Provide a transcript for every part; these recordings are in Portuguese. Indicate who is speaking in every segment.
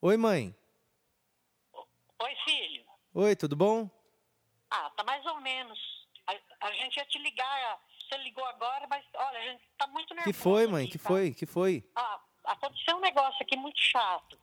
Speaker 1: Oi, mãe.
Speaker 2: Oi, filho.
Speaker 1: Oi, tudo bom?
Speaker 2: Ah, tá mais ou menos. A, a gente ia te ligar, você ligou agora, mas olha, a gente tá muito nervoso.
Speaker 1: Que foi, mãe?
Speaker 2: aqui,
Speaker 1: Que
Speaker 2: tá?
Speaker 1: foi? Que foi?
Speaker 2: Ah, aconteceu um negócio aqui muito chato.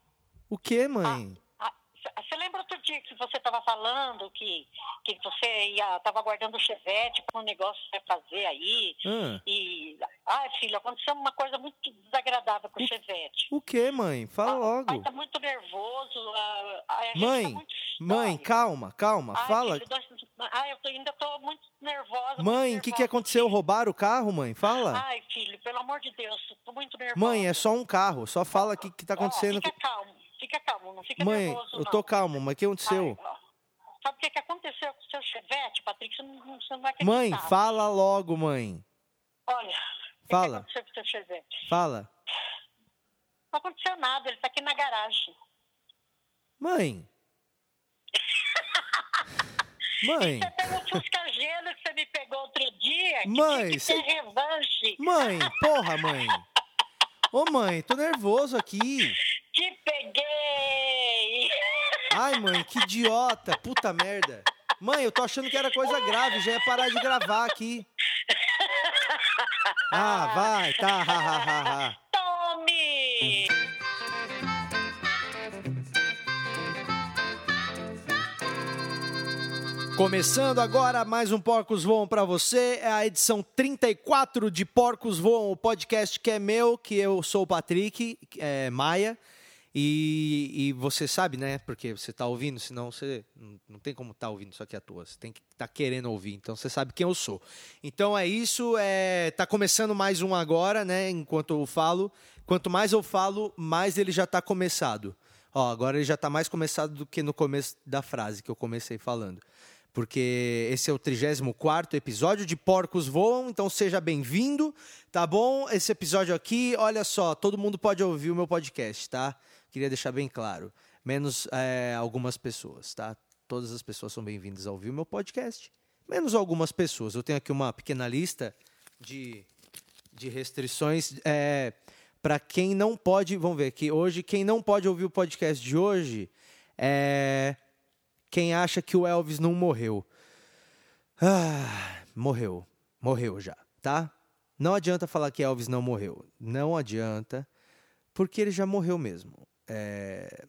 Speaker 1: O que, mãe?
Speaker 2: Ah, ah, Você lembra outro dia que você estava falando que, que você ia estava guardando o chevette para um negócio que você ia fazer aí?
Speaker 1: Hã?
Speaker 2: E, ai, filho, aconteceu uma coisa muito desagradável com o chevette.
Speaker 1: O que, mãe? Fala
Speaker 2: Ai,
Speaker 1: logo.
Speaker 2: tá muito nervoso. ah, ai, a gente tá
Speaker 1: Mãe,
Speaker 2: muito
Speaker 1: mãe,
Speaker 2: história.
Speaker 1: calma, calma.
Speaker 2: Ai,
Speaker 1: Fala.
Speaker 2: filho, nós- ai, eu tô- ainda tô muito nervosa.
Speaker 1: Mãe, o
Speaker 2: o
Speaker 1: que, que aconteceu? Roubaram o carro, mãe? Fala.
Speaker 2: Ai, filho, pelo amor de Deus, tô muito nervosa.
Speaker 1: Mãe, é só um carro. Só fala o que, que tá
Speaker 2: Ó,
Speaker 1: acontecendo.
Speaker 2: fica calmo, fica calmo, não fica
Speaker 1: Mãe,
Speaker 2: nervoso,
Speaker 1: eu
Speaker 2: não.
Speaker 1: tô calmo, mas o que aconteceu?
Speaker 2: Ai, ó, sabe o que, que aconteceu com o seu chevette, Patrick? Você não, você não vai acreditar.
Speaker 1: Mãe, fala logo, mãe.
Speaker 2: Olha, o que
Speaker 1: Fala.
Speaker 2: Que aconteceu com o seu chevette?
Speaker 1: Fala.
Speaker 2: Não aconteceu nada, ele tá aqui na garagem.
Speaker 1: Mãe. Mãe.
Speaker 2: Você pegou o fuscagelo que você me pegou outro dia. que
Speaker 1: Mãe,
Speaker 2: tinha que
Speaker 1: você-
Speaker 2: ter revanche.
Speaker 1: Mãe, porra, mãe. Ô, mãe, tô nervoso aqui.
Speaker 2: Te peguei.
Speaker 1: Ai, mãe, que idiota. Puta merda. Mãe, eu tô achando que era coisa grave. Já ia parar de gravar aqui. Ah, vai, tá. Ha, ha, ha, ha.
Speaker 2: Tome.
Speaker 1: Começando agora mais um Porcos Voam pra você, é a edição 34 de Porcos Voam, o podcast que é meu, que eu sou o Patrick é, Maia, e, e você sabe, né, porque você tá ouvindo, senão você não- não tem como tá ouvindo isso aqui à toa, você tem que tá querendo ouvir, então você sabe quem eu sou. Então é isso, é, tá começando mais um agora, né, enquanto eu falo, quanto mais eu falo, mais ele já tá começado. Ó, agora ele já tá mais começado do que no começo da frase que eu comecei falando. Porque esse é o 34 episódio de Porcos Voam, então seja bem-vindo, tá bom? Esse episódio aqui, olha só, todo mundo pode ouvir o meu podcast, tá? Queria deixar bem claro. Menos é, algumas pessoas, tá? Todas as pessoas são bem-vindas a ouvir o meu podcast. Menos algumas pessoas. Eu tenho aqui uma pequena lista de, de restrições é, para quem não pode. Vamos ver aqui. Hoje, quem não pode ouvir o podcast de hoje é quem acha que o Elvis não morreu. Ah, morreu. Morreu já, tá? Não adianta falar que Elvis não morreu. Não adianta, porque ele já morreu mesmo. É,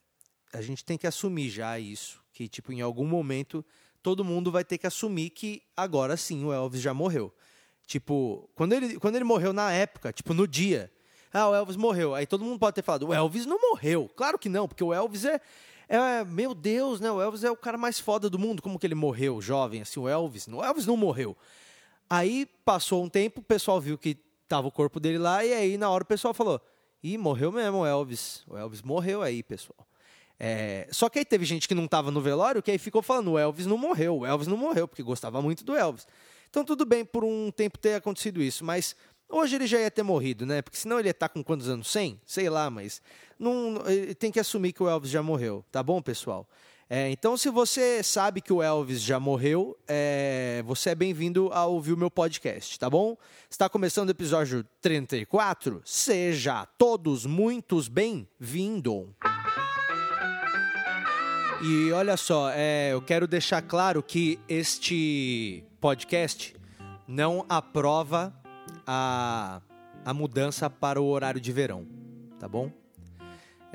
Speaker 1: a gente tem que assumir já isso, que tipo em algum momento todo mundo vai ter que assumir que agora sim o Elvis já morreu. Tipo, quando ele, quando ele morreu na época, tipo no dia, ah, o Elvis morreu. Aí todo mundo pode ter falado, o Elvis não morreu. Claro que não, porque o Elvis é, é, meu Deus, né? O Elvis é o cara mais foda do mundo. Como que ele morreu, jovem? Assim, o Elvis, o Elvis não morreu. Aí passou um tempo, o pessoal viu que tava o corpo dele lá, e aí na hora o pessoal falou: Ih, morreu mesmo o Elvis. O Elvis morreu aí, pessoal. É, só que aí teve gente que não tava no velório que aí ficou falando: o Elvis não morreu, o Elvis não morreu, porque gostava muito do Elvis. Então tudo bem por um tempo ter acontecido isso, mas hoje ele já ia ter morrido, né? Porque senão ele ia estar com quantos anos? 100? Sei lá, mas não, ele tem que assumir que o Elvis já morreu, tá bom, pessoal? É, então, se você sabe que o Elvis já morreu, é, você é bem-vindo a ouvir o meu podcast, tá bom? Está começando o episódio 34. Seja todos muitos bem-vindos. E olha só, é, eu quero deixar claro que este podcast não aprova a, a mudança para o horário de verão, tá bom?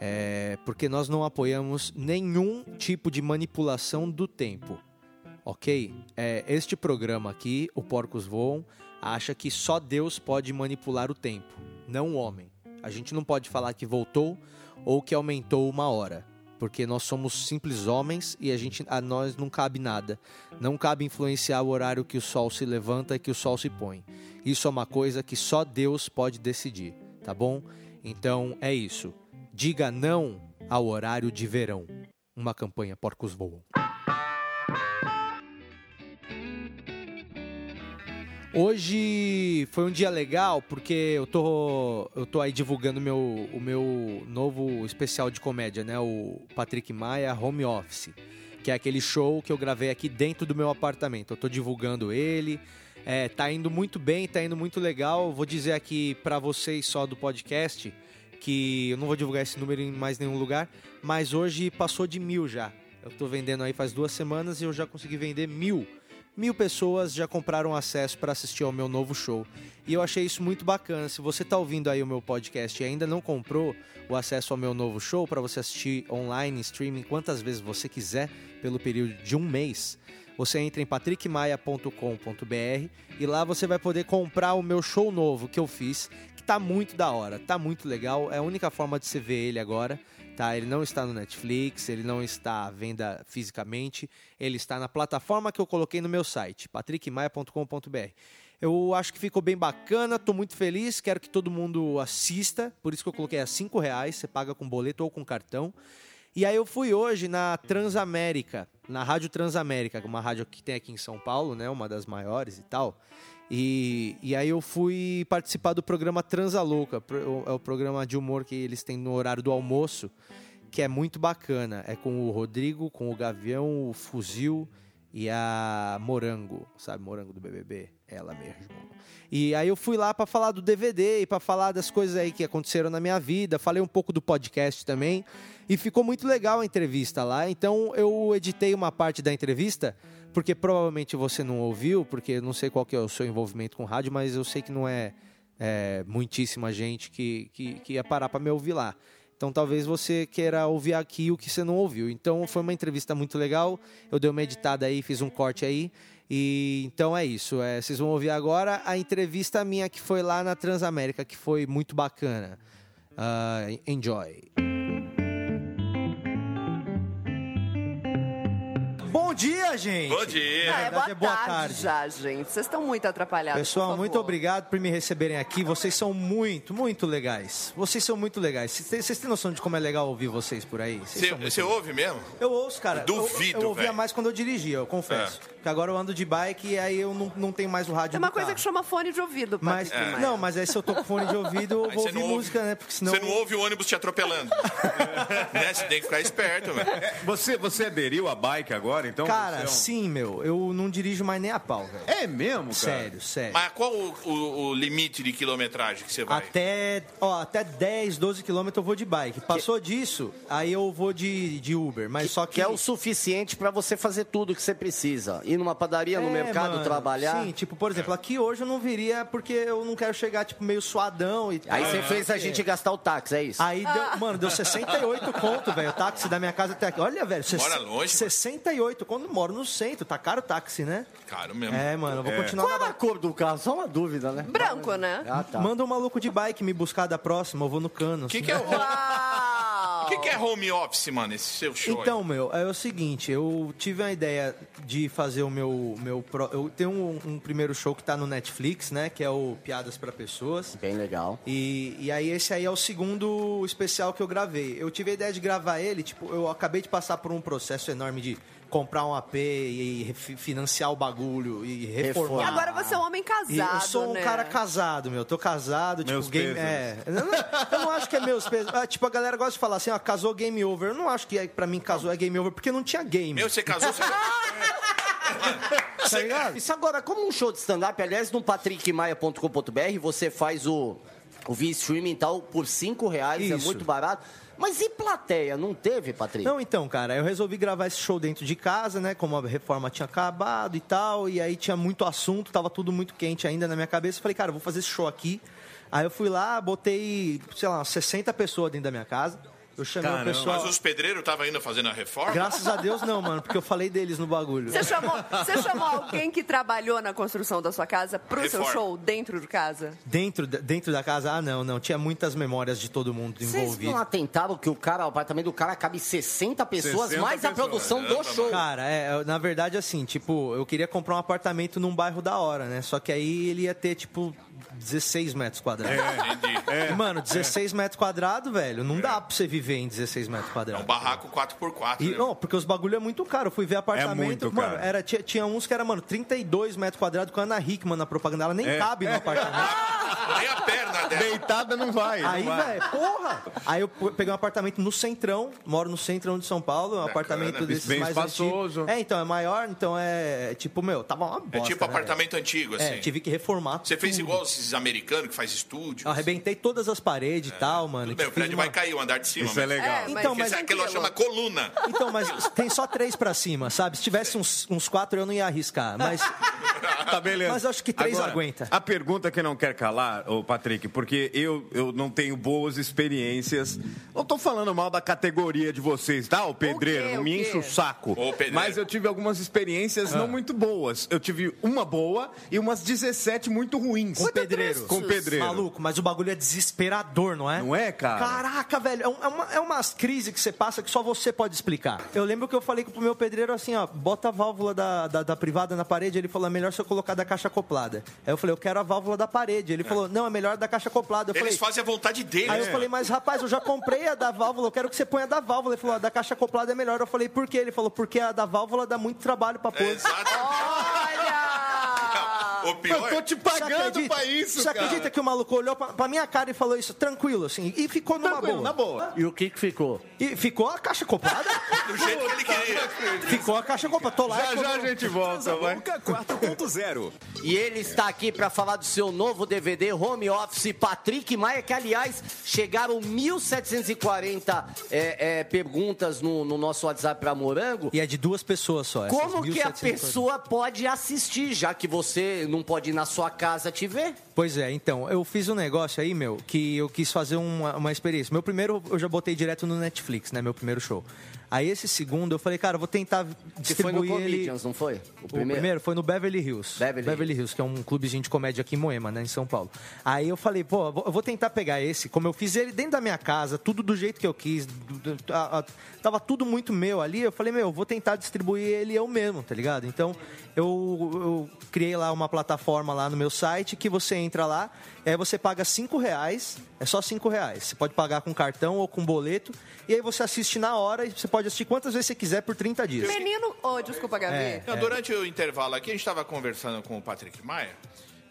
Speaker 1: É, porque nós não apoiamos nenhum tipo de manipulação do tempo, ok? É, este programa aqui, o Porcos Voam, acha que só Deus pode manipular o tempo, não o homem. A gente não pode falar que voltou ou que aumentou uma hora, porque nós somos simples homens e a gente a nós não cabe nada. Não cabe influenciar o horário que o sol se levanta e que o sol se põe. Isso é uma coisa que só Deus pode decidir, tá bom? Então é isso. Diga não ao horário de verão. Uma campanha Porcos Voam. Hoje foi um dia legal porque eu tô, eu tô aí divulgando meu, o meu novo especial de comédia, né? O Patrick Maia Home Office, que é aquele show que eu gravei aqui dentro do meu apartamento. Eu tô divulgando ele, é, tá indo muito bem, tá indo muito legal. Vou dizer aqui pra vocês só do podcast que eu não vou divulgar esse número em mais nenhum lugar, mas hoje passou de mil já. Eu tô vendendo aí faz duas semanas e eu já consegui vender mil. Mil pessoas já compraram acesso para assistir ao meu novo show. E eu achei isso muito bacana. Se você tá ouvindo aí o meu podcast e ainda não comprou o acesso ao meu novo show para você assistir online, streaming, quantas vezes você quiser, pelo período de um mês, você entra em patrickmaia.com.br e lá você vai poder comprar o meu show novo que eu fiz, que tá muito da hora, tá muito legal. É a única forma de você ver ele agora, tá? Ele não está no Netflix, ele não está à venda fisicamente, ele está na plataforma que eu coloquei no meu site, patrickmaia.com.br. Eu acho que ficou bem bacana, tô muito feliz, quero que todo mundo assista, por isso que eu coloquei a 5 reais, você paga com boleto ou com cartão. E aí eu fui hoje na Transamérica, na Rádio Transamérica, que é uma rádio que tem aqui em São Paulo, né? Uma das maiores e tal. E, e aí eu fui participar do programa Transa Louca, pro- é o programa de humor que eles têm no horário do almoço, que é muito bacana. É com o Rodrigo, com o Gavião, o Fuzil e a Morango, sabe? Morango do BBB, ela mesmo. E aí eu fui lá pra falar do DVD e pra falar das coisas aí que aconteceram na minha vida. Falei um pouco do podcast também. E ficou muito legal a entrevista lá. Então eu editei uma parte da entrevista, porque provavelmente você não ouviu, porque eu não sei qual que é o seu envolvimento com rádio, mas eu sei que não é, é, muitíssima gente que, que, que ia parar pra me ouvir lá. Então talvez você queira ouvir aqui o que você não ouviu. Então foi uma entrevista muito legal. Eu dei uma editada aí, fiz um corte aí. E então é isso. É, vocês vão ouvir agora a entrevista minha que foi lá na Transamérica, que foi muito bacana. Ah, enjoy. Bom dia, gente!
Speaker 3: Bom dia.
Speaker 4: Ah, é boa,
Speaker 1: verdade, é boa tarde.
Speaker 4: tarde, já, gente. Vocês estão muito atrapalhados. por
Speaker 1: Pessoal,
Speaker 4: favor.
Speaker 1: muito obrigado por me receberem aqui. Vocês são muito, muito legais. Vocês são muito legais. Vocês têm- Vocês têm noção de como é legal ouvir vocês por aí? Vocês são muito
Speaker 3: Você ouve mesmo?
Speaker 1: Eu ouço, cara.
Speaker 3: Eu
Speaker 1: Eu-
Speaker 3: duvido,
Speaker 1: Eu, ouvia
Speaker 3: velho. É.
Speaker 1: mais quando eu dirigia, eu confesso. Porque agora eu ando de bike e aí eu não, não tenho mais o rádio
Speaker 4: É
Speaker 1: no
Speaker 4: uma coisa
Speaker 1: carro.
Speaker 4: que chama fone de ouvido,
Speaker 1: mas, é,
Speaker 4: Patrick Maia.
Speaker 1: Não, mas aí se eu tô com fone de ouvido, eu
Speaker 3: É. Aí
Speaker 1: vou
Speaker 3: você
Speaker 1: ouvir
Speaker 3: não ouve.
Speaker 1: música, né? Porque senão...
Speaker 3: Você não ouve o ônibus te atropelando. né? Você tem que ficar esperto, velho.
Speaker 5: Você, você aderiu à bike agora, então?
Speaker 1: Cara,
Speaker 5: você
Speaker 1: sim, meu. Eu não dirijo mais nem a pau, velho.
Speaker 5: é um- É mesmo, cara?
Speaker 1: Sério, sério.
Speaker 3: Mas qual o, o- o limite de quilometragem que você vai?
Speaker 1: Até, ó, até 10, 12 quilômetros eu vou de bike. Passou disso, aí eu vou de, de Uber. Mas só que...
Speaker 6: Que é o suficiente pra você fazer tudo que você precisa. Ir numa padaria, no
Speaker 1: É,
Speaker 6: mercado,
Speaker 1: mano.
Speaker 6: trabalhar.
Speaker 1: Sim, tipo, por exemplo, aqui hoje eu não viria porque eu não quero chegar, tipo, meio suadão e
Speaker 6: Aí
Speaker 1: tal. É.
Speaker 6: você fez a gente gastar o táxi, é isso?
Speaker 1: Aí, deu, mano, deu 68 conto, velho, o táxi da minha casa até aqui. Olha, velho, ses-
Speaker 3: Mora longe,
Speaker 1: 68 conto, moro no centro, tá caro o táxi, né?
Speaker 3: Caro mesmo.
Speaker 1: É, mano, eu vou continuar
Speaker 6: Qual
Speaker 1: na
Speaker 6: era a
Speaker 1: bike.
Speaker 6: cor do carro? Só uma dúvida, né?
Speaker 4: Branco, né?
Speaker 6: Ah, tá.
Speaker 1: Manda um maluco de bike me buscar da próxima, eu vou no cano. assim.
Speaker 3: O que, que é o home,
Speaker 4: Uau!
Speaker 3: o que, que é home office, mano? Esse seu show?
Speaker 1: Então, meu, é o seguinte, eu tive a ideia de fazer o meu. meu pro- Eu tenho um, um primeiro show que tá no Netflix, né? Que é o Piadas pra Pessoas.
Speaker 6: Bem legal.
Speaker 1: E, e aí esse aí é o segundo especial que eu gravei. Eu tive a ideia de gravar ele, tipo, eu acabei de passar por um processo enorme de comprar um AP e, refi- financiar o bagulho e reformar.
Speaker 4: E agora você é um homem casado,
Speaker 1: E eu sou um
Speaker 4: né?
Speaker 1: cara casado, meu. Tô casado,
Speaker 5: Meus
Speaker 1: tipo, game.
Speaker 5: pesos.
Speaker 1: É. Eu não, eu não acho que é meus pesos. Ah, tipo, a galera gosta de falar assim, ó, casou game over. Eu não acho que é, pra mim casou é game over, porque não tinha game.
Speaker 3: Meu, você casou? Você...
Speaker 1: tá ligado?
Speaker 6: Isso agora, como um show de stand-up, aliás, no patrickmaia.com.br, você faz o, o via streaming e tal por 5 reais, é
Speaker 1: Isso.
Speaker 6: muito barato. Mas e plateia? Não teve, Patrick?
Speaker 1: Não, então, cara, eu resolvi gravar esse show dentro de casa, né? Como a reforma tinha acabado e tal, e aí tinha muito assunto, tava tudo muito quente ainda na minha cabeça. Eu Falei, cara, eu vou fazer esse show aqui. Aí eu fui lá, botei, sei lá, umas 60 pessoas dentro da minha casa. Eu chamei o
Speaker 5: Caramba.
Speaker 1: pessoal.
Speaker 3: Mas os pedreiros estavam ainda fazendo a reforma?
Speaker 1: Graças a Deus não, mano, porque eu falei deles no bagulho.
Speaker 4: Você chamou, você chamou alguém que trabalhou na construção da sua casa pro
Speaker 3: Reforma.
Speaker 4: seu show dentro de casa?
Speaker 1: Dentro, da- dentro da casa, ah, não, não. Tinha muitas memórias de todo mundo
Speaker 6: Vocês
Speaker 1: envolvido.
Speaker 6: não atentaram que o cara, o apartamento do cara cabe 60 pessoas,
Speaker 5: 60
Speaker 6: mais a
Speaker 5: pessoas.
Speaker 6: produção do
Speaker 3: Caramba,
Speaker 6: show.
Speaker 1: Cara, é, eu- na verdade, assim, tipo, eu queria comprar um apartamento num bairro da hora, né? Só que aí ele ia ter, tipo, 16 metros quadrados.
Speaker 3: Entendi.
Speaker 1: E, Mano, 16 metros quadrados, velho, não dá pra você viver em 16 metros
Speaker 3: É um
Speaker 1: quadrados.
Speaker 3: barraco 4x4.
Speaker 1: E,
Speaker 3: né?
Speaker 1: não, porque os bagulho é muito caro. Eu fui ver
Speaker 3: É
Speaker 1: apartamento.
Speaker 5: muito
Speaker 1: mano,
Speaker 5: caro.
Speaker 3: É.
Speaker 1: Era, tinha, tinha uns que era, mano, 32 metros quadrados com a Ana Hickman na propaganda. Ela nem cabe no apartamento.
Speaker 3: Nem a perna dela.
Speaker 5: Deitada não vai.
Speaker 1: Aí,
Speaker 5: não vai.
Speaker 1: velho, porra! Aí eu pu- peguei um apartamento no centrão, moro no centrão de São Paulo, é um apartamento desses
Speaker 5: bem
Speaker 1: mais
Speaker 5: espaçoso.
Speaker 1: antigo. É, então, é maior, então é, é tipo, meu, tava uma bosta.
Speaker 3: É tipo
Speaker 1: né,
Speaker 3: apartamento antigo,
Speaker 1: velho?
Speaker 3: assim.
Speaker 1: É, tive que reformar
Speaker 3: Você fez
Speaker 1: tudo.
Speaker 3: igual esses americanos que faz estúdio.
Speaker 1: Eu arrebentei todas as paredes e tal, mano.
Speaker 3: É.
Speaker 1: tipo,
Speaker 3: Tudo bem, o
Speaker 1: Fiz
Speaker 3: prédio
Speaker 1: uma-
Speaker 3: vai cair, o andar de cima.
Speaker 5: Isso é
Speaker 3: mas-
Speaker 5: legal.
Speaker 4: É, mas
Speaker 1: Então,
Speaker 3: Porque
Speaker 1: mas-
Speaker 3: se aquilo
Speaker 4: tranquilo.
Speaker 3: chama coluna.
Speaker 1: Então, mas tem só três pra cima, sabe? Se tivesse uns, uns quatro, eu não ia arriscar. Mas
Speaker 5: Tá, beleza.
Speaker 1: Mas acho que três aguenta.
Speaker 5: A pergunta que não quer calar, ô Patrick, porque eu, eu não tenho boas experiências. Não tô falando mal da categoria de vocês, tá? O pedreiro,
Speaker 4: quê?
Speaker 5: não
Speaker 4: O
Speaker 5: me
Speaker 4: quê?
Speaker 5: enche o saco.
Speaker 3: Ô, pedreiro.
Speaker 5: Mas eu tive algumas experiências
Speaker 1: Ah.
Speaker 5: não muito boas. Eu tive uma boa e umas 17 muito ruins.
Speaker 1: Com pedreiro.
Speaker 5: Com pedreiro.
Speaker 1: Maluco, mas o bagulho é desesperador, não é?
Speaker 5: Não é, cara?
Speaker 1: Caraca, velho, é, um- é uma, é umas crises que você passa que só você pode explicar. Eu lembro que eu falei pro meu pedreiro assim, ó, bota a válvula da, da, da privada na parede, ele falou, é melhor se eu colocar da caixa acoplada. Aí eu falei, eu quero a válvula da parede. Ele falou, não, é melhor da caixa acoplada. Eu falei,
Speaker 3: Eles fazem a vontade dele.
Speaker 1: Aí eu falei, mas rapaz, eu já comprei a da válvula, eu quero que você ponha a da válvula. Ele falou, a da caixa acoplada é melhor. Eu falei, por quê? Ele falou, porque a da válvula dá muito trabalho pra
Speaker 5: É,
Speaker 1: pôr.
Speaker 3: É. Exato.
Speaker 4: Olha!
Speaker 3: O pior.
Speaker 5: Eu tô te
Speaker 1: Você
Speaker 5: pagando
Speaker 1: acredita-
Speaker 5: pra isso,
Speaker 1: Você
Speaker 5: cara.
Speaker 1: acredita que o maluco olhou pra, pra minha cara e falou isso tranquilo, assim, e ficou numa
Speaker 5: Tranquilo,
Speaker 1: boa.
Speaker 5: na boa.
Speaker 6: E o que que ficou?
Speaker 1: E ficou a caixa acoplada?
Speaker 3: Do jeito que ele queria.
Speaker 1: ficou a caixa acoplada. Tô lá
Speaker 5: Já já a
Speaker 1: economizando.
Speaker 5: gente volta, vai.
Speaker 7: Boca 4.0.
Speaker 6: E ele está aqui para falar do seu novo DVD Home Office Patrick Maia, que aliás chegaram 1.740 é, é, perguntas no, no nosso WhatsApp para Morango.
Speaker 1: E é de duas pessoas só. essas
Speaker 6: Como que é a
Speaker 1: 1.700
Speaker 6: pessoa pode assistir, já que você não pode ir na sua casa te ver?
Speaker 1: Pois é, então, eu fiz um negócio aí, meu, que eu quis fazer uma, uma experiência. Meu primeiro eu já botei direto no Netflix, né? Meu primeiro show. Aí esse segundo eu falei, cara, eu vou tentar
Speaker 6: Que foi
Speaker 1: distribuir
Speaker 6: no né?
Speaker 1: ele.
Speaker 6: Comedians, não foi? O
Speaker 1: O primeiro? foi no Beverly Hills.
Speaker 6: Beverly
Speaker 1: Hills, que é um clubezinho de comédia aqui em Moema, né, em São Paulo. Aí eu falei, pô, eu vou- eu vou tentar pegar esse, como eu fiz ele dentro da minha casa, tudo do jeito que eu quis, do- do- a- a- tava tudo muito meu ali. Eu falei, meu, eu vou tentar distribuir ele eu mesmo, tá ligado? Então eu, eu criei lá uma plataforma lá no meu site que você entra lá, e aí você paga cinco reais, é só cinco reais. Você pode pagar com cartão ou com boleto, e aí você assiste na hora e você pode assistir quantas vezes você quiser por 30 dias.
Speaker 4: Menino. Oh, desculpa, Gabi.
Speaker 1: É.
Speaker 3: Não, Durante o intervalo aqui, a gente estava conversando com o Patrick Maia.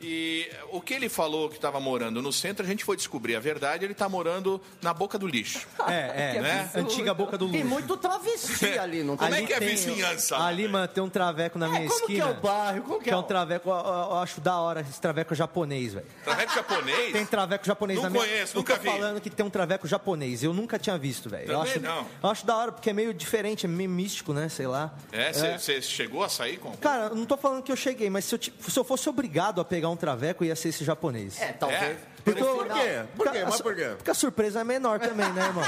Speaker 3: E o que ele falou que estava morando no centro, a gente foi descobrir a verdade. Ele está morando na boca do lixo.
Speaker 1: É, é.
Speaker 3: Né?
Speaker 1: Antiga boca do
Speaker 6: Tem
Speaker 1: Lula.
Speaker 6: muito travesti ali, não
Speaker 3: Como
Speaker 6: tem?
Speaker 3: é que é a
Speaker 1: tem-
Speaker 3: vizinhança?
Speaker 1: Ali, mano, tem um traveco na minha
Speaker 6: como que é
Speaker 1: esquina.
Speaker 6: o bairro? Como que
Speaker 1: é
Speaker 6: é
Speaker 1: um
Speaker 6: o-
Speaker 1: traveco, eu, eu- eu acho da hora esse traveco japonês, velho.
Speaker 3: Traveco é japonês?
Speaker 1: Tem traveco japonês
Speaker 3: Não
Speaker 1: na minha
Speaker 3: conheço,
Speaker 1: Eu tô
Speaker 3: nunca vi.
Speaker 1: falando que tem um traveco japonês. Eu nunca tinha visto, velho. Eu
Speaker 3: Também
Speaker 1: acho,
Speaker 3: não.
Speaker 1: eu acho da hora, porque é meio diferente, é meio místico, né? Sei lá.
Speaker 3: É, você chegou a sair com.
Speaker 1: Cara, eu não tô falando que eu cheguei, mas se eu, ti- se eu fosse obrigado a pegar um traveco, ia ser esse japonês.
Speaker 6: É, talvez.
Speaker 3: É.
Speaker 6: Porque
Speaker 1: eu-
Speaker 5: Então, Por quê? Por quê? Mas por quê?
Speaker 1: Porque a surpresa é menor também, né, irmão?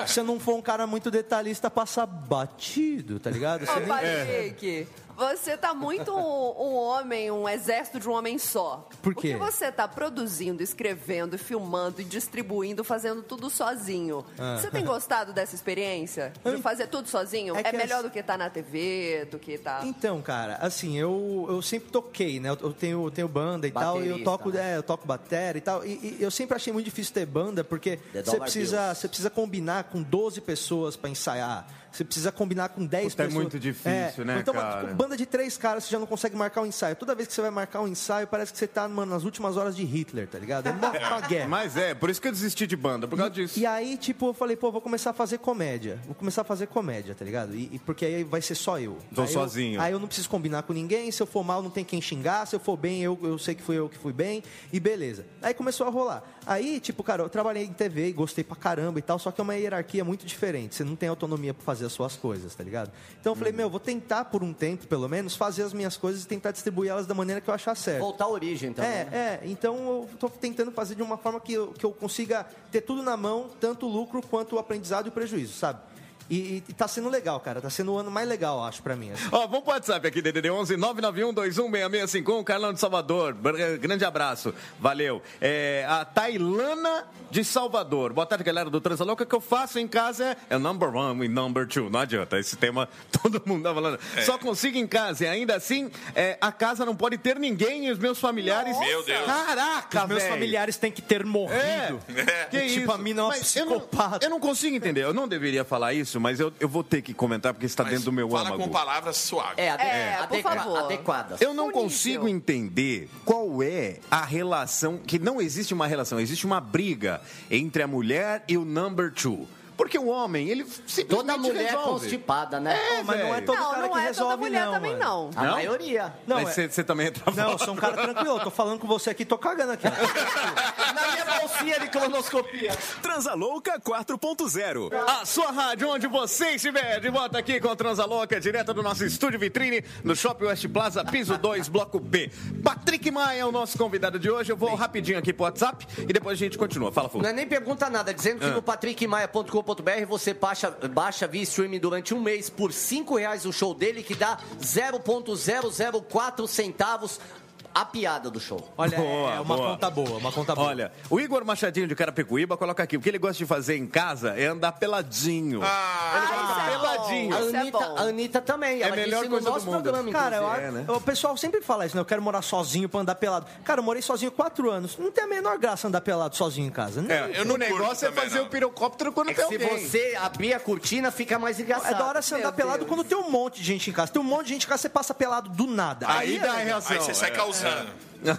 Speaker 1: É. Se eu não for um cara muito detalhista, passa batido, tá ligado? Você
Speaker 4: Ô,
Speaker 1: nem-
Speaker 4: Patrick, você tá muito um, um homem, um exército de um homem só.
Speaker 1: Por quê?
Speaker 4: Porque você tá produzindo, escrevendo, filmando, e distribuindo, fazendo tudo sozinho.
Speaker 1: Ah.
Speaker 4: Você tem gostado dessa experiência?
Speaker 1: Eu
Speaker 4: De
Speaker 1: en-
Speaker 4: fazer tudo sozinho?
Speaker 1: É
Speaker 4: É,
Speaker 1: que
Speaker 4: melhor
Speaker 1: as-
Speaker 4: do que tá na TV, do que tá...
Speaker 1: Então, cara, assim, eu, eu sempre toquei, né? Eu, eu tenho, eu tenho banda e tal, e eu
Speaker 6: Baterista,
Speaker 1: toco,
Speaker 6: né?
Speaker 1: é, eu toco batera e tal. E, e eu sempre achei muito difícil ter banda, porque
Speaker 6: The
Speaker 1: você
Speaker 6: Dollar
Speaker 1: precisa,
Speaker 6: Bills.
Speaker 1: você precisa combinar com 12 pessoas pra ensaiar. Você precisa combinar com 10
Speaker 5: Puta, é
Speaker 1: pessoas.
Speaker 5: muito difícil, né,
Speaker 1: Então,
Speaker 5: cara?
Speaker 1: tipo, banda de três caras, você já não consegue marcar um ensaio. Toda vez que você vai marcar um ensaio, parece que você tá, mano, nas últimas horas de Hitler, tá ligado? É uma, uma guerra.
Speaker 5: Mas é, por isso que eu desisti de banda, por causa disso.
Speaker 1: E aí, tipo, eu falei, pô, vou começar a fazer comédia. Vou começar a fazer comédia, tá ligado? E, e porque aí vai ser só eu.
Speaker 5: Tô
Speaker 1: Aí eu-
Speaker 5: sozinho.
Speaker 1: aí eu não preciso combinar com ninguém. Se eu for mal, não tem quem xingar. Se eu for bem, eu, eu sei que fui eu que fui bem. E beleza. Aí começou a rolar. Aí, tipo, cara, eu trabalhei em TV e gostei pra caramba e tal. Só que é uma hierarquia muito diferente. Você não tem autonomia pra fazer as suas coisas, tá ligado? Então eu falei, meu, vou tentar por um tempo, pelo menos, fazer as minhas coisas e tentar distribuir elas da maneira que eu achar certo.
Speaker 6: Voltar à origem também. né?
Speaker 1: É, é. Então eu tô tentando fazer de uma forma que eu, que eu consiga ter tudo na mão, tanto o lucro quanto o aprendizado e o prejuízo, sabe? E, e- e tá sendo legal, cara. Tá sendo o ano mais legal, acho, pra mim. assim.
Speaker 5: Ó, vamos pro WhatsApp aqui, DDD 11 991 216651, Carlão de Salvador. Br- eh, Grande abraço, valeu. É, a Tailana de Salvador. Boa tarde, galera do Transa Louca. O que eu faço em casa é, é number one e number two. Não adianta, esse tema todo mundo tá falando. Só consigo em casa e ainda assim é, a casa não pode ter ninguém e os meus familiares.
Speaker 3: Meu Deus.
Speaker 5: Caraca,
Speaker 1: Os meus
Speaker 5: véi.
Speaker 1: familiares têm que ter morrido.
Speaker 5: É. Que
Speaker 1: Tipo,
Speaker 5: isso?
Speaker 1: a mina é uma
Speaker 5: eu não- Eu
Speaker 1: psicopata.
Speaker 5: não, consigo entender. Eu não deveria falar isso, mas eu, eu vou ter que comentar porque está
Speaker 3: Mas
Speaker 5: dentro do meu
Speaker 3: fala
Speaker 5: âmago.
Speaker 3: com palavras suaves.
Speaker 6: É, ade
Speaker 4: É, por
Speaker 6: adequa-
Speaker 4: favor.
Speaker 6: adequadas.
Speaker 5: Eu não
Speaker 4: disponível.
Speaker 5: consigo entender qual é a relação, que não existe uma relação, existe uma briga entre a mulher e o number two. Porque o homem, ele simplesmente
Speaker 6: Toda mulher
Speaker 5: resolve.
Speaker 6: constipada, né?
Speaker 5: É,
Speaker 1: mas não é
Speaker 5: velho.
Speaker 1: todo
Speaker 4: Não,
Speaker 1: cara
Speaker 4: não
Speaker 1: que
Speaker 4: é
Speaker 1: resolve,
Speaker 4: toda mulher
Speaker 1: não,
Speaker 4: também,
Speaker 1: mano.
Speaker 4: não.
Speaker 6: A
Speaker 5: Não?
Speaker 6: maioria.
Speaker 1: Não,
Speaker 5: Mas
Speaker 1: é-
Speaker 5: você você também é travado.
Speaker 1: Não, eu sou um cara tranquilo. eu Tô falando com você aqui, tô cagando aqui.
Speaker 6: Na minha bolsinha de colonoscopia.
Speaker 5: Transalouca 4.0. A sua rádio onde você estiver. De volta aqui com a Transalouca, direta do nosso estúdio vitrine, no Shopping West Plaza, piso 2, bloco B. Patrick Maia é o nosso convidado de hoje. Eu vou rapidinho aqui pro WhatsApp e depois a gente continua. Fala, Fulano.
Speaker 6: Não é nem pergunta nada, dizendo que no patrickmaia.com.br você baixa, baixa via streaming durante um mês por cinco reais o show dele, que dá 0,004 centavos a piada do show.
Speaker 1: Olha,
Speaker 5: Boa,
Speaker 1: é uma
Speaker 5: boa.
Speaker 1: conta boa, uma conta boa.
Speaker 5: Olha, o Igor Machadinho de Carapicuíba coloca aqui. O que ele gosta de fazer em casa é andar peladinho.
Speaker 3: Ah,
Speaker 4: Ah, isso é bom.
Speaker 5: Peladinho.
Speaker 6: A
Speaker 4: Isso é
Speaker 6: Anitta,
Speaker 4: bom.
Speaker 6: a Anitta também, ela
Speaker 5: melhor
Speaker 6: disse no
Speaker 5: coisa do
Speaker 6: nosso
Speaker 5: mundo.
Speaker 6: programa,
Speaker 1: Cara, eu,
Speaker 6: inclusive.
Speaker 5: É, né?
Speaker 1: o pessoal sempre fala isso, né? Eu quero morar sozinho pra andar pelado. Cara, eu morei sozinho quatro anos. Não tem a menor graça andar pelado sozinho em casa, né?
Speaker 5: É,
Speaker 3: eu não
Speaker 5: o negócio
Speaker 3: curto
Speaker 5: é
Speaker 3: também,
Speaker 5: fazer
Speaker 3: não.
Speaker 5: o pirocóptero quando
Speaker 6: É
Speaker 5: tem
Speaker 6: que se
Speaker 5: alguém.
Speaker 6: você abrir a cortina, fica mais
Speaker 1: É
Speaker 6: engraçado.
Speaker 1: da hora você andar
Speaker 4: Meu
Speaker 1: pelado
Speaker 4: Deus.
Speaker 1: quando tem um monte de gente em casa. Tem um monte de gente em casa, você passa pelado do nada.
Speaker 5: Aí dá a reação.
Speaker 3: aí você sai
Speaker 5: é.
Speaker 3: causando.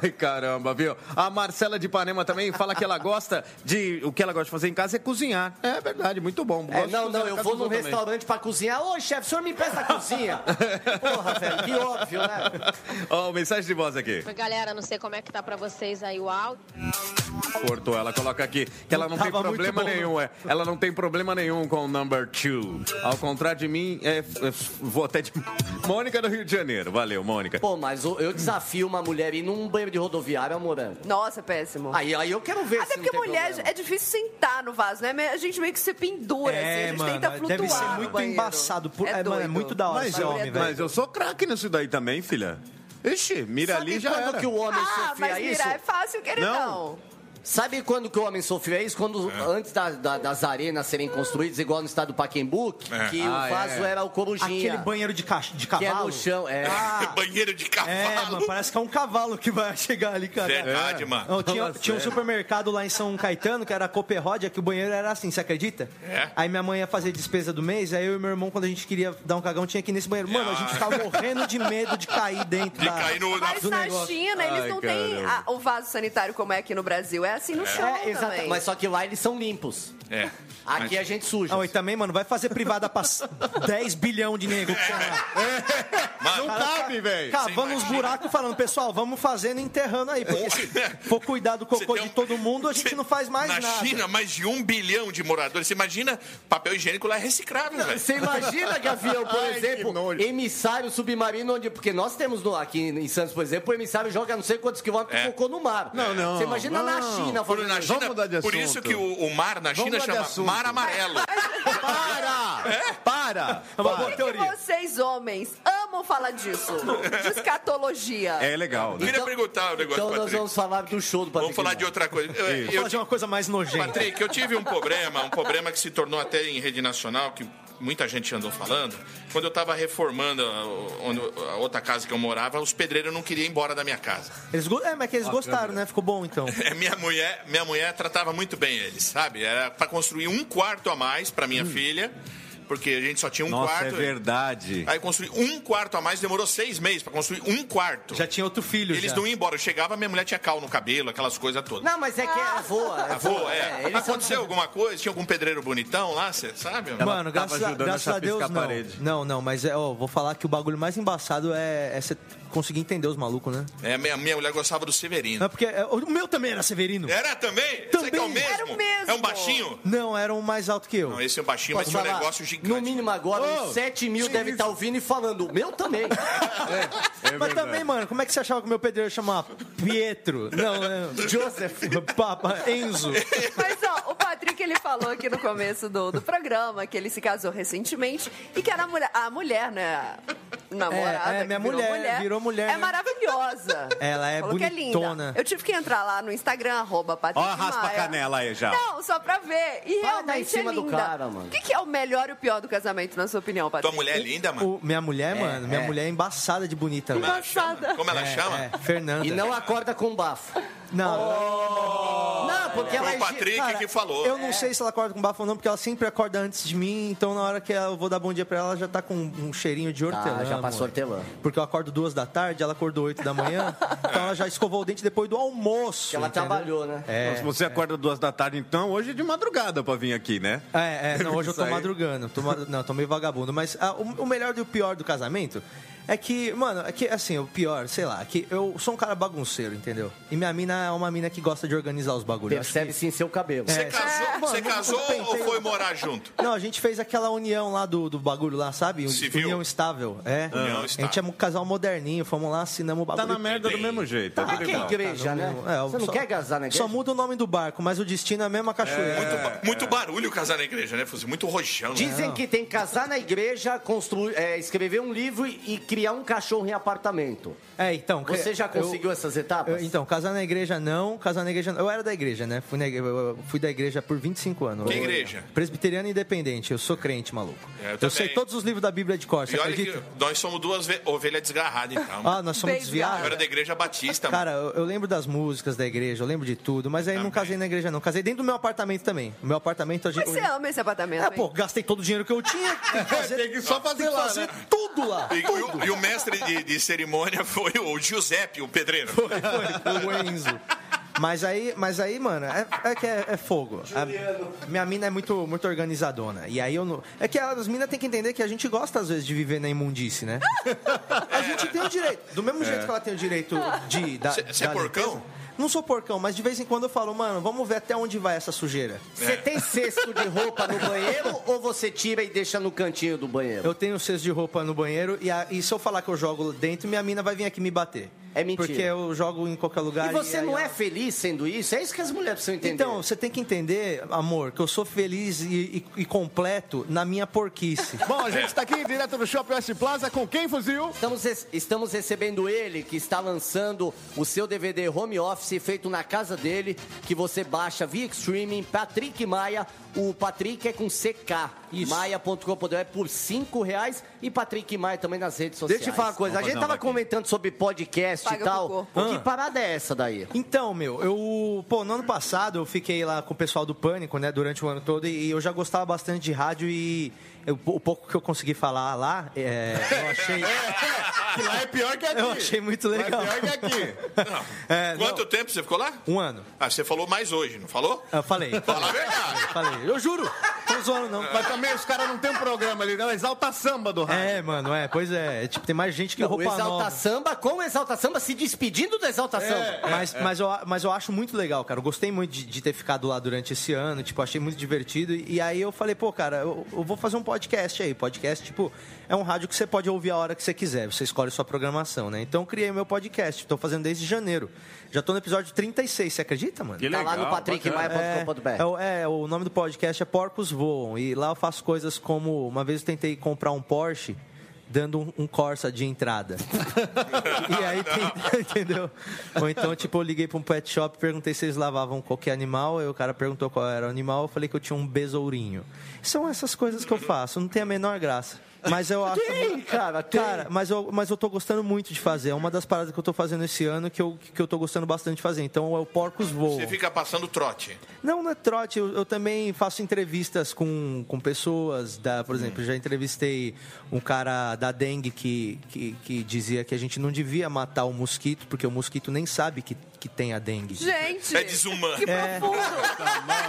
Speaker 5: Ai, caramba, viu? A Marcela de Ipanema também fala que ela gosta de. O que ela gosta de fazer em casa é cozinhar. É verdade, muito bom.
Speaker 6: É,
Speaker 5: Gosto de
Speaker 6: não,
Speaker 5: cozinhar
Speaker 6: não,
Speaker 5: na
Speaker 6: eu
Speaker 5: casa
Speaker 6: vou
Speaker 5: dos
Speaker 6: num
Speaker 5: outros também.
Speaker 6: restaurante pra cozinhar. Ô, chefe, o senhor me presta a cozinha? Porra, velho, que óbvio, né?
Speaker 5: Ó, mensagem de voz aqui.
Speaker 7: Galera, não sei como é que tá pra vocês aí o áudio.
Speaker 5: Cortou, ela coloca aqui que ela não
Speaker 1: Tava
Speaker 5: tem
Speaker 1: muito
Speaker 5: problema
Speaker 1: bom.
Speaker 5: nenhum. É. Ela não tem problema nenhum com o number two. Ao contrário de mim, é, é, vou até de. Mônica do Rio de Janeiro. Valeu, Mônica.
Speaker 6: Pô, mas eu, eu desafio uma mulher a ir num banheiro de rodoviária, é morango.
Speaker 4: Nossa, é péssimo.
Speaker 1: Ah,
Speaker 6: Aí, aí eu quero ver
Speaker 4: Até
Speaker 6: se não
Speaker 4: porque
Speaker 6: tem
Speaker 4: mulher
Speaker 6: problema.
Speaker 4: é difícil sentar no vaso, né? A gente meio que se pendura, assim, a gente tenta flutuar.
Speaker 1: É, deve ser
Speaker 4: no
Speaker 1: muito
Speaker 4: banheiro.
Speaker 1: embaçado. Por... É, mano, é
Speaker 4: doido.
Speaker 1: muito da hora
Speaker 5: mas,
Speaker 1: esse
Speaker 4: é
Speaker 5: eu,
Speaker 1: homem,
Speaker 4: doido.
Speaker 1: velho.
Speaker 5: mas eu sou craque nisso daí também, filha. Ixi, mira
Speaker 6: Sabe
Speaker 5: ali já
Speaker 6: quando
Speaker 5: era.
Speaker 6: que o homem
Speaker 4: Ah,
Speaker 6: sofria
Speaker 4: mas
Speaker 6: isso?
Speaker 4: mirar é fácil, queridão.
Speaker 6: Sabe quando que o homem sofria isso? Quando,
Speaker 5: É.
Speaker 6: Antes da- da- das arenas serem construídas, igual no estado do Paquembu, que,
Speaker 3: É.
Speaker 6: que
Speaker 5: Ah,
Speaker 6: o vaso
Speaker 5: é.
Speaker 6: era o corujinha.
Speaker 1: Aquele banheiro de, cach... de
Speaker 6: que é
Speaker 1: cavalo.
Speaker 6: no chão, é.
Speaker 3: Banheiro de
Speaker 1: É, mano,
Speaker 3: cavalo.
Speaker 1: parece que é um cavalo que vai chegar ali, cara.
Speaker 3: Verdade, mano.
Speaker 1: Não, tinha,
Speaker 5: Fala
Speaker 1: tinha um
Speaker 5: sério.
Speaker 1: supermercado lá em São Caetano, que era Coperródia, que o banheiro era assim, você acredita?
Speaker 3: É.
Speaker 1: Aí minha mãe ia fazer despesa do mês, aí eu e meu irmão, quando a gente queria dar um cagão, tinha que ir nesse banheiro. Mano, a gente ficava morrendo de medo de cair dentro
Speaker 3: De
Speaker 1: da-
Speaker 3: cair no- na-
Speaker 4: Mas
Speaker 1: do
Speaker 4: na
Speaker 1: um negócio.
Speaker 4: China, eles
Speaker 5: Ai,
Speaker 4: não têm
Speaker 5: caramba.
Speaker 4: a- o vaso sanitário como é aqui no Brasil. É assim no chão
Speaker 6: É, exata-
Speaker 4: também.
Speaker 6: Mas só que lá eles são limpos.
Speaker 3: É.
Speaker 6: Aqui a gente suja.
Speaker 5: Ah, então-
Speaker 1: Não, e também, mano, vai fazer privada pra 10 bilhão de nego. que você vai.
Speaker 5: Não cabe, velho.
Speaker 1: Cavando
Speaker 3: É, Você
Speaker 1: os
Speaker 3: imagina.
Speaker 1: buracos falando, pessoal, vamos fazendo e enterrando aí. Porque se for cuidar do
Speaker 3: Você
Speaker 1: cocô
Speaker 3: tem um-
Speaker 1: de todo mundo, a gente
Speaker 3: Você-
Speaker 1: não faz mais
Speaker 3: na
Speaker 1: nada.
Speaker 3: China, mais de um bilhão de moradores. Você imagina, papel higiênico lá é reciclável, velho.
Speaker 6: Você imagina, Gavião, por
Speaker 5: Ai, que
Speaker 6: exemplo,
Speaker 5: nojo.
Speaker 6: emissário submarino, onde. Porque nós temos no- aqui em Santos, por exemplo, o emissário joga não sei quantos quilômetros e
Speaker 3: É.
Speaker 6: colocou no mar.
Speaker 5: Não, não,
Speaker 6: Você imagina na
Speaker 5: não.
Speaker 6: China
Speaker 3: Por,
Speaker 6: falando
Speaker 3: na
Speaker 6: isso.
Speaker 5: é Vamos mudar de
Speaker 3: China, por
Speaker 5: assunto.
Speaker 3: isso que o, o mar na China
Speaker 5: mudar de
Speaker 3: chama
Speaker 5: assunto.
Speaker 3: mar amarelo.
Speaker 5: Para! É? Para!
Speaker 1: Vamos
Speaker 5: Para!
Speaker 1: botar-
Speaker 4: Por que
Speaker 1: Então, teoria.
Speaker 4: vocês, homens, amam falar disso? De escatologia.
Speaker 5: É legal,
Speaker 3: Eu
Speaker 5: né?
Speaker 3: Queria perguntar o negócio,
Speaker 6: Então nós
Speaker 3: Patrick.
Speaker 6: vamos falar do show do Patrick.
Speaker 3: Vamos falar de
Speaker 6: Maia.
Speaker 3: outra coisa.
Speaker 1: Vou
Speaker 3: Eu- eu
Speaker 1: falar de uma coisa mais nojenta.
Speaker 3: Patrick, eu tive um problema, um problema que se tornou até em rede nacional, que muita gente andou falando. Quando eu estava reformando a, onde- a outra casa que eu morava, os pedreiros não queriam ir embora da minha casa.
Speaker 1: Eles go- É, mas que eles gostaram, né? Ficou bom então.
Speaker 3: É, Minha mulher, minha mulher tratava muito bem eles, sabe? Era para construir um quarto a mais para minha filha, porque a gente só tinha um
Speaker 5: Hum. Nossa, é
Speaker 3: quarto.
Speaker 5: verdade.
Speaker 3: Aí construir um quarto a mais demorou seis meses para construir um quarto.
Speaker 1: Já tinha outro filho.
Speaker 3: eles
Speaker 1: já.
Speaker 3: não iam embora. Eu chegava, minha mulher tinha cal no cabelo, aquelas coisas todas.
Speaker 6: Não, mas é que é voa. É
Speaker 3: Avô, é.
Speaker 6: eles são-
Speaker 3: Aconteceu alguma coisa? Tinha algum pedreiro bonitão lá, você sabe?
Speaker 5: Ela
Speaker 1: Mano,
Speaker 5: tava
Speaker 1: graças, a,
Speaker 5: ajudando a
Speaker 1: graças a
Speaker 5: chapiscar
Speaker 1: Deus
Speaker 5: a
Speaker 1: não.
Speaker 5: parede.
Speaker 1: Não, não, mas é, ó, vou falar que o bagulho mais embaçado é você conseguir entender os malucos, né?
Speaker 3: É, minha, minha mulher gostava do Severino.
Speaker 1: Não, é porque é, o meu também era Severino.
Speaker 3: Era também? Você que é o
Speaker 1: Também.
Speaker 3: mesmo?
Speaker 4: Era o mesmo.
Speaker 3: É um baixinho?
Speaker 1: Não, era um mais alto que eu.
Speaker 3: Não, esse é um baixinho, mas
Speaker 6: Posso
Speaker 3: tinha um
Speaker 6: falar?
Speaker 3: negócio gigante.
Speaker 6: No mínimo agora, uns 7 mil deve estar ouvindo e falando. O meu também.
Speaker 5: É
Speaker 1: mas
Speaker 5: verdade.
Speaker 1: também, mano, como é que você achava que o meu pedreiro chamava Pietro? Não, é... Joseph. Papa, Enzo.
Speaker 4: Mas ó, o Patrick ele falou aqui no começo do, do programa que ele se casou recentemente e que era a mulher, a mulher né? a Namorada.
Speaker 1: É, é,
Speaker 4: que
Speaker 1: minha
Speaker 4: virou
Speaker 1: mulher, virou mulher,
Speaker 4: É
Speaker 1: né?
Speaker 4: maravilhosa.
Speaker 1: Ela é
Speaker 4: Falou que
Speaker 1: bonitona.
Speaker 4: é linda. Eu tive que entrar lá no Instagram, arroba Patrick.
Speaker 5: Ó, a raspa
Speaker 4: Maia.
Speaker 5: canela aí já.
Speaker 4: Não, só pra ver. E
Speaker 6: Para dar
Speaker 4: realmente
Speaker 6: em cima
Speaker 4: é
Speaker 6: do
Speaker 4: linda.
Speaker 6: cara, mano.
Speaker 4: O que, que é o melhor e o pior do casamento, na sua opinião,
Speaker 3: Tua
Speaker 4: Patrick?
Speaker 3: mulher é linda, mano.
Speaker 1: O- minha mulher, mano, minha
Speaker 6: é.
Speaker 1: mulher é embaçada de bonita.
Speaker 3: Como
Speaker 1: mano.
Speaker 3: ela chama?
Speaker 4: Embaçada.
Speaker 3: Como ela
Speaker 1: É,
Speaker 3: chama?
Speaker 1: é, Fernanda.
Speaker 6: E não acorda com bafo.
Speaker 1: Não,
Speaker 6: Não, porque ela
Speaker 3: Foi o
Speaker 6: é
Speaker 3: Patrick
Speaker 1: Cara,
Speaker 3: que falou.
Speaker 1: Eu não sei se ela acorda com bafo ou não, porque ela sempre acorda antes de mim, então na hora que eu vou dar bom dia pra ela, ela já tá com um cheirinho de hortelã.
Speaker 6: Ah, já passou
Speaker 1: amor.
Speaker 6: hortelã.
Speaker 1: Porque eu acordo duas da tarde, ela acordou oito da manhã, então ela já escovou o dente depois do almoço.
Speaker 6: Que ela
Speaker 1: entendeu? É.
Speaker 6: trabalhou, né?
Speaker 5: Então, Se você acorda duas da tarde, então, hoje é de madrugada pra vir aqui, né?
Speaker 1: É, é, não, hoje eu tô
Speaker 5: Isso aí.
Speaker 1: madrugando. Tô, ma- não, tô meio vagabundo. Mas ah, o, o melhor e o pior do casamento é que, mano, é que assim, o pior, sei lá, é que eu sou um cara bagunceiro, entendeu? E minha mina é uma mina que gosta de organizar os bagulhos.
Speaker 6: Percebe-se em seu cabelo.
Speaker 3: Você
Speaker 1: É,
Speaker 3: casou,
Speaker 1: mano,
Speaker 3: você
Speaker 1: eu
Speaker 3: casou
Speaker 1: penteio-
Speaker 3: ou foi morar junto?
Speaker 1: Não, a gente fez aquela união lá do, do bagulho lá, sabe?
Speaker 3: Civil.
Speaker 1: União estável. É.
Speaker 3: União
Speaker 1: A gente
Speaker 3: estável.
Speaker 1: é um casal moderninho, fomos lá, assinamos o
Speaker 5: Tá
Speaker 1: bagulho.
Speaker 5: na merda do
Speaker 3: Bem.
Speaker 5: mesmo jeito.
Speaker 6: Tá
Speaker 5: Tá
Speaker 6: aqui a
Speaker 5: legal.
Speaker 6: igreja, né?
Speaker 1: É, eu
Speaker 6: Você não
Speaker 1: só-
Speaker 6: quer casar na igreja?
Speaker 1: Só muda o nome do barco, mas o destino é a mesma cachoeira.
Speaker 3: Muito, ba-
Speaker 1: é.
Speaker 3: muito barulho casar na igreja, né, Fuzil? Muito rojão. Né?
Speaker 6: Dizem que tem que casar na igreja, construir, é, escrever um livro e, e criar um cachorro em apartamento.
Speaker 1: É, então. que-
Speaker 6: Você já
Speaker 1: eu-
Speaker 6: conseguiu essas etapas?
Speaker 1: eu- então, casar na igreja não, casar na igreja não. Eu era da igreja, né? Fui, na igre- eu fui da igreja por 25 anos.
Speaker 3: Que
Speaker 1: Eu-
Speaker 3: igreja?
Speaker 1: Presbiteriana independente. Eu sou crente, maluco.
Speaker 3: É, eu
Speaker 1: eu
Speaker 3: também.
Speaker 1: sei todos os livros da Bíblia de cor, você
Speaker 3: E olha que
Speaker 1: acredita?
Speaker 3: nós somos duas ve- ovelhas desgarradas, então.
Speaker 1: Ah, nós somos
Speaker 3: Eu
Speaker 4: Bem,
Speaker 3: era
Speaker 1: desviados.
Speaker 3: da igreja batista. mano.
Speaker 1: Cara, eu, eu lembro das músicas da igreja, eu lembro de tudo, mas aí não
Speaker 3: Também.
Speaker 1: casei na igreja, não. Casei dentro do meu apartamento também. O meu apartamento
Speaker 3: é
Speaker 1: a gente.
Speaker 4: Mas você ama esse apartamento,
Speaker 1: É,
Speaker 4: hein?
Speaker 1: pô, gastei todo o dinheiro que eu tinha. Tem que fazer,
Speaker 5: É, Tem que só
Speaker 1: tem
Speaker 5: fazer
Speaker 1: que
Speaker 5: lá,
Speaker 1: fazer
Speaker 5: né?
Speaker 1: tudo lá.
Speaker 3: E, e o, e o mestre de, de cerimônia foi o Giuseppe, o pedreiro.
Speaker 1: Foi, o Enzo. Mas aí, mas aí, mano, é, é que é, é fogo. A- minha mina é muito, muito organizadona. E aí eu não. É que as minas têm que entender que a gente gosta, às vezes, de viver na imundice, né? A gente tem o direito. Do mesmo jeito que ela tem o direito de. da-
Speaker 3: É. Cê- cê é
Speaker 1: da
Speaker 3: porcão?
Speaker 1: limpeza. Não sou porcão, mas de vez em quando eu falo, mano, vamos ver até onde vai essa sujeira.
Speaker 3: É.
Speaker 6: Você tem cesto de roupa no banheiro ou você tira e deixa no cantinho do banheiro?
Speaker 1: Eu tenho cesto de roupa no banheiro e, a- e se eu falar que eu jogo dentro, minha mina vai vir aqui me bater.
Speaker 6: É mentira.
Speaker 1: Porque eu jogo em qualquer lugar.
Speaker 6: E você
Speaker 1: aí
Speaker 6: não
Speaker 1: ela-
Speaker 6: é feliz sendo isso? É isso que as mulheres precisam entender.
Speaker 1: Então, você tem que entender, amor, que eu sou feliz e, e- e completo na minha porquice.
Speaker 5: Bom, a gente tá aqui direto do Shopping West Plaza com quem, Fuzil?
Speaker 6: Estamos, res- estamos recebendo ele, que está lançando o seu DVD Home Office, feito na casa dele, que você baixa via streaming, Patrick Maia. O Patrick é com CK,
Speaker 1: Isso.
Speaker 6: maia.com.br é por cinco reais e Patrick Maia também nas redes sociais.
Speaker 5: Deixa eu te falar uma Ah. coisa,
Speaker 6: a gente tava comentando sobre podcast
Speaker 4: Paga
Speaker 6: e tal.
Speaker 4: pro
Speaker 6: Que parada é essa daí?
Speaker 1: Então, meu, eu. Pô, no ano passado eu fiquei lá com o pessoal do Pânico, né, durante o ano todo, e eu já gostava bastante de rádio e eu- o pouco que eu consegui falar lá, é, eu achei.
Speaker 5: Que lá é pior que aqui.
Speaker 1: Eu achei muito
Speaker 5: Lá
Speaker 1: legal.
Speaker 5: É pior que aqui.
Speaker 3: Não.
Speaker 1: É,
Speaker 3: Quanto tempo você ficou lá?
Speaker 1: Um ano.
Speaker 3: Ah, você falou mais hoje, não falou?
Speaker 1: Eu falei.
Speaker 3: Fala a verdade. É.
Speaker 1: Falei. Eu juro. Tô zoando, não.
Speaker 5: Mas também os caras não tem um programa ali, não. Exalta samba do rádio.
Speaker 1: É, mano, é, pois é. Tipo, tem mais gente que
Speaker 6: o
Speaker 1: roupa
Speaker 6: Exalta
Speaker 1: nova.
Speaker 6: Samba com o Exalta Samba se despedindo do Exalta
Speaker 5: É.
Speaker 6: Samba.
Speaker 1: Então, Mas, mas, eu, mas eu acho muito legal, cara. Eu gostei muito de, de ter ficado lá durante esse ano, tipo, achei muito divertido. E aí eu falei, pô, cara, eu, eu vou fazer um podcast aí. Podcast, tipo, é um rádio que você pode ouvir a hora que você quiser, você escolhe sua programação, né? Então eu criei meu podcast, tô fazendo desde janeiro. Já tô no episódio 36, você acredita, mano?
Speaker 5: Que
Speaker 6: Tá lá no
Speaker 5: legal, bacana.
Speaker 6: patrickmaia.com.br.
Speaker 1: É, o- é, o nome do podcast é Porcos Voam. E lá eu faço coisas como. Uma vez eu tentei comprar um Porsche dando um, um Corsa de entrada. e aí, tem- entendeu? Ou então, tipo, eu liguei pra um pet shop, perguntei se eles lavavam qualquer animal. Aí o cara perguntou qual era o animal. Eu falei que eu tinha um besourinho. São essas coisas que eu faço, não tem a menor graça. Mas eu acho.
Speaker 6: Tem, cara, tem.
Speaker 1: Cara, mas eu, mas eu tô gostando muito de fazer. É uma das paradas que eu tô fazendo esse ano que eu, que eu tô gostando bastante de fazer. Então é o Porcos Voam.
Speaker 3: Você fica passando trote.
Speaker 1: Não, não é trote. Eu, eu também faço entrevistas com, com pessoas. Da, por exemplo, já entrevistei um cara da dengue que, que, que dizia que a gente não devia matar o mosquito, porque o mosquito nem sabe que, que tem a dengue.
Speaker 4: Gente!
Speaker 3: É desumano.
Speaker 4: Que profundo!
Speaker 5: É,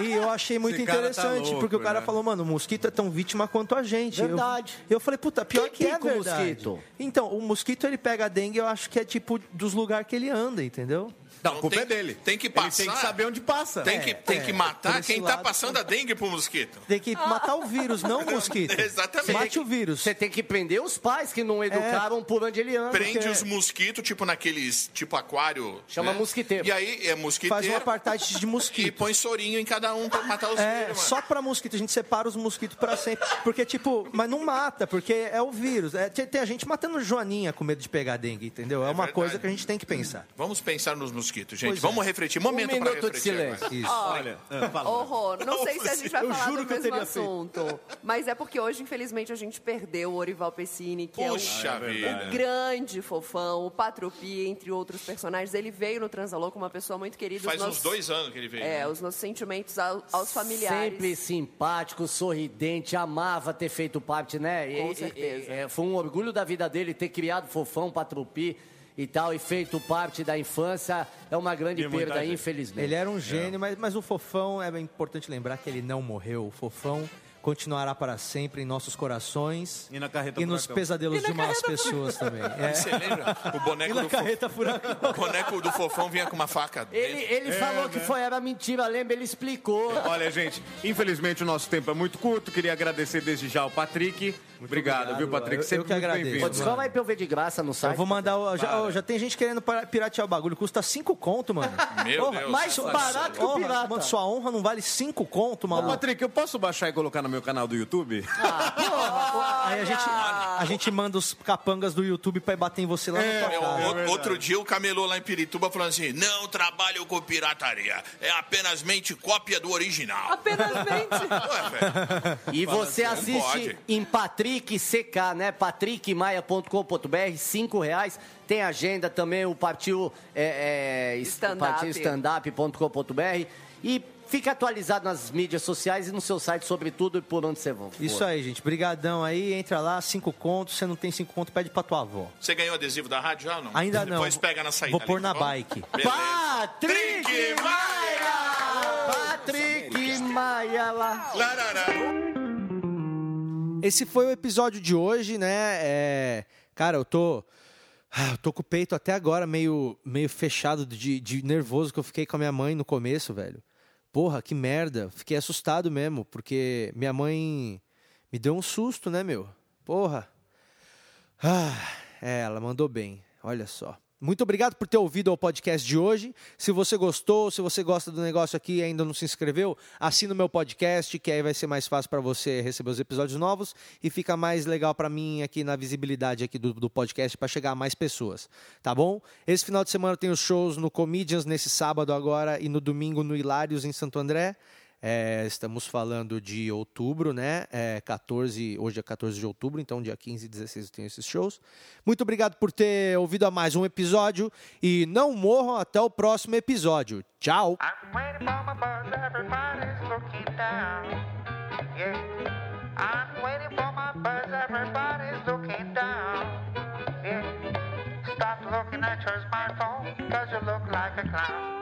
Speaker 1: E eu achei muito
Speaker 5: Esse cara tá
Speaker 1: interessante,
Speaker 5: louco,
Speaker 1: porque o cara
Speaker 5: né?
Speaker 1: falou, mano, o mosquito é tão vítima quanto a gente. Eu-
Speaker 6: Verdade.
Speaker 1: Eu, falei, puta, pior que
Speaker 6: Quem
Speaker 1: é
Speaker 6: pica o
Speaker 1: verdade.
Speaker 6: mosquito?
Speaker 1: Então, o mosquito, ele pega a dengue, eu acho que é tipo dos lugares que ele anda, entendeu?
Speaker 5: Não, a culpa
Speaker 3: Tem-
Speaker 5: é dele.
Speaker 3: tem que
Speaker 5: Ele
Speaker 3: passar.
Speaker 5: tem que saber onde passa.
Speaker 3: Tem que, tem
Speaker 1: é,
Speaker 3: que
Speaker 1: por
Speaker 3: matar
Speaker 1: esse
Speaker 3: quem tá
Speaker 1: lado-
Speaker 3: passando a dengue pro mosquito.
Speaker 1: Tem que matar o vírus, não o mosquito.
Speaker 3: Exatamente.
Speaker 1: Mate o vírus.
Speaker 6: Você tem que prender os pais que
Speaker 1: É.
Speaker 6: não educaram por onde ele anda.
Speaker 3: Prende
Speaker 1: porque-
Speaker 3: os mosquitos, tipo naqueles, tipo aquário.
Speaker 6: Chama mosquiteiro.
Speaker 3: E aí é
Speaker 1: Faz
Speaker 3: mosquiteiro
Speaker 1: um apartheid de
Speaker 3: e
Speaker 1: mosquito.
Speaker 3: põe sorinho em cada um pra matar os
Speaker 1: É,
Speaker 3: filhos,
Speaker 1: só pra mosquito. A gente separa os mosquitos pra sempre. Porque, tipo, mas não mata, porque é o vírus. É, tem, tem a gente matando joaninha com medo de pegar dengue, entendeu? É, uma
Speaker 3: verdade.
Speaker 1: coisa que a gente tem que pensar.
Speaker 3: Vamos pensar nos mosquito, gente.
Speaker 1: Pois é.
Speaker 3: Vamos refletir.
Speaker 6: Um
Speaker 3: Momento para
Speaker 6: minuto de
Speaker 3: refletir. agora.
Speaker 6: silêncio.
Speaker 1: Isso.
Speaker 5: Olha, ah,
Speaker 4: Horror. Não sei se a gente vai
Speaker 1: Eu
Speaker 4: falar
Speaker 1: juro
Speaker 4: do
Speaker 1: que eu
Speaker 4: mesmo
Speaker 1: teria feito.
Speaker 4: assunto. Mas é porque hoje, infelizmente, a gente perdeu o Orival Pessini, que
Speaker 3: Puxa
Speaker 5: é verdade.
Speaker 3: vida.
Speaker 4: é o grande fofão, o Patropi, entre outros personagens. Ele veio no Transalô com uma pessoa muito querida. os
Speaker 3: Faz
Speaker 4: nossos-
Speaker 3: uns dois anos que ele veio.
Speaker 4: É,
Speaker 3: né?
Speaker 4: os nossos sentimentos ao- aos familiares.
Speaker 6: Sempre simpático, sorridente, amava ter feito parte, né? E-
Speaker 4: Com
Speaker 6: e-
Speaker 4: certeza.
Speaker 6: e- é, foi um orgulho da vida dele ter criado Fofão, Patrupi e tal, e feito parte da infância. É uma grande
Speaker 5: De muita
Speaker 6: perda,
Speaker 5: gente.
Speaker 6: infelizmente.
Speaker 1: Ele era um gênio, mas, mas o Fofão, é importante lembrar que ele não morreu. O Fofão continuará para sempre em nossos corações.
Speaker 5: E na carreta
Speaker 1: E nos
Speaker 5: furacão.
Speaker 1: pesadelos de más pessoas também. É.
Speaker 3: Você lembra? O boneco, do fo-
Speaker 1: furacão.
Speaker 3: o boneco do fofão vinha com uma faca
Speaker 6: Ele,
Speaker 3: dentro.
Speaker 6: ele falou
Speaker 3: né?
Speaker 6: que foi, era mentira, lembra? Ele explicou.
Speaker 5: Olha, gente, infelizmente o nosso tempo é muito curto. Queria agradecer desde já ao Patrick. Obrigado,
Speaker 1: obrigado.
Speaker 5: viu, Patrick?
Speaker 1: Eu-
Speaker 5: Sempre
Speaker 1: eu que
Speaker 5: muito
Speaker 1: agradeço.
Speaker 6: Pô,
Speaker 5: bem-vindo.
Speaker 6: descola aí pra eu ver de graça no site.
Speaker 1: Eu vou mandar. o- já,
Speaker 5: Para.
Speaker 1: ó, já tem gente querendo para- piratear o bagulho. Custa cinco conto, mano.
Speaker 3: Meu
Speaker 1: Porra,
Speaker 3: Deus.
Speaker 1: mais
Speaker 3: Nossa,
Speaker 1: barato que o
Speaker 6: Porra,
Speaker 1: pirata. Mano, sua honra não vale cinco conto,
Speaker 5: Ô,
Speaker 1: maluco.
Speaker 5: Patrick, eu posso baixar e colocar no meu canal do YouTube?
Speaker 1: Aí a gente, a gente manda os capangas do YouTube pra ir bater em você lá na
Speaker 3: É,
Speaker 1: tua cara.
Speaker 3: o- outro dia o camelô lá em Pirituba falando assim: não trabalho com pirataria, é apenas mente cópia do original.
Speaker 4: Apenas mente.
Speaker 3: Ué, velho,
Speaker 6: E você
Speaker 3: assim, não
Speaker 6: assiste
Speaker 3: pode.
Speaker 6: em Patrick CK, né? patrickmaia.com.br, cinco reais. Tem agenda também, o partiu é, é,
Speaker 4: Stand-up.
Speaker 6: standup.com.br. E fica atualizado nas mídias sociais e no seu site, sobretudo, e por onde você vai.
Speaker 3: um-
Speaker 1: Isso aí, gente. Brigadão aí. Entra lá, cinco conto. Se não tem cinco conto, pede pra tua avó.
Speaker 3: Você ganhou adesivo da rádio já ou não?
Speaker 1: Ainda não.
Speaker 3: Depois pega na saída.
Speaker 1: Vou
Speaker 3: ali,
Speaker 1: pôr
Speaker 3: tá
Speaker 1: na
Speaker 3: bom?
Speaker 1: bike.
Speaker 3: Beleza.
Speaker 6: Patrick
Speaker 3: Patrick
Speaker 6: Maia! Patrick Maia lá.
Speaker 3: Larará.
Speaker 1: Esse foi o episódio de hoje, né? É, Cara, eu tô. ah, Eu tô com o peito até agora meio, meio fechado de, de nervoso que eu fiquei com a minha mãe no começo, velho. Porra, que merda. Fiquei assustado mesmo, porque minha mãe me deu um susto, né, meu? Porra. Ah, é, ela mandou bem. Olha só. Muito obrigado por ter ouvido o podcast de hoje. Se você gostou, se você gosta do negócio aqui e ainda não se inscreveu, assina o meu podcast, que aí vai ser mais fácil para você receber os episódios novos e fica mais legal para mim aqui na visibilidade aqui do, do podcast para chegar a mais pessoas, tá bom? Esse final de semana tem os shows no Comedians nesse sábado agora e no domingo no Hilários em Santo André. É, estamos falando de outubro, né? É, 14, hoje é 14 de outubro, então dia 15 e 16 eu tenho esses shows. Muito obrigado por ter ouvido a mais um episódio e não morram até o próximo episódio. Tchau!
Speaker 8: I'm waiting for my bus, everybody's looking down. Yeah. I'm waiting for my bus, everybody's looking down. Yeah. Stop looking at your smartphone, cause you look like a clown.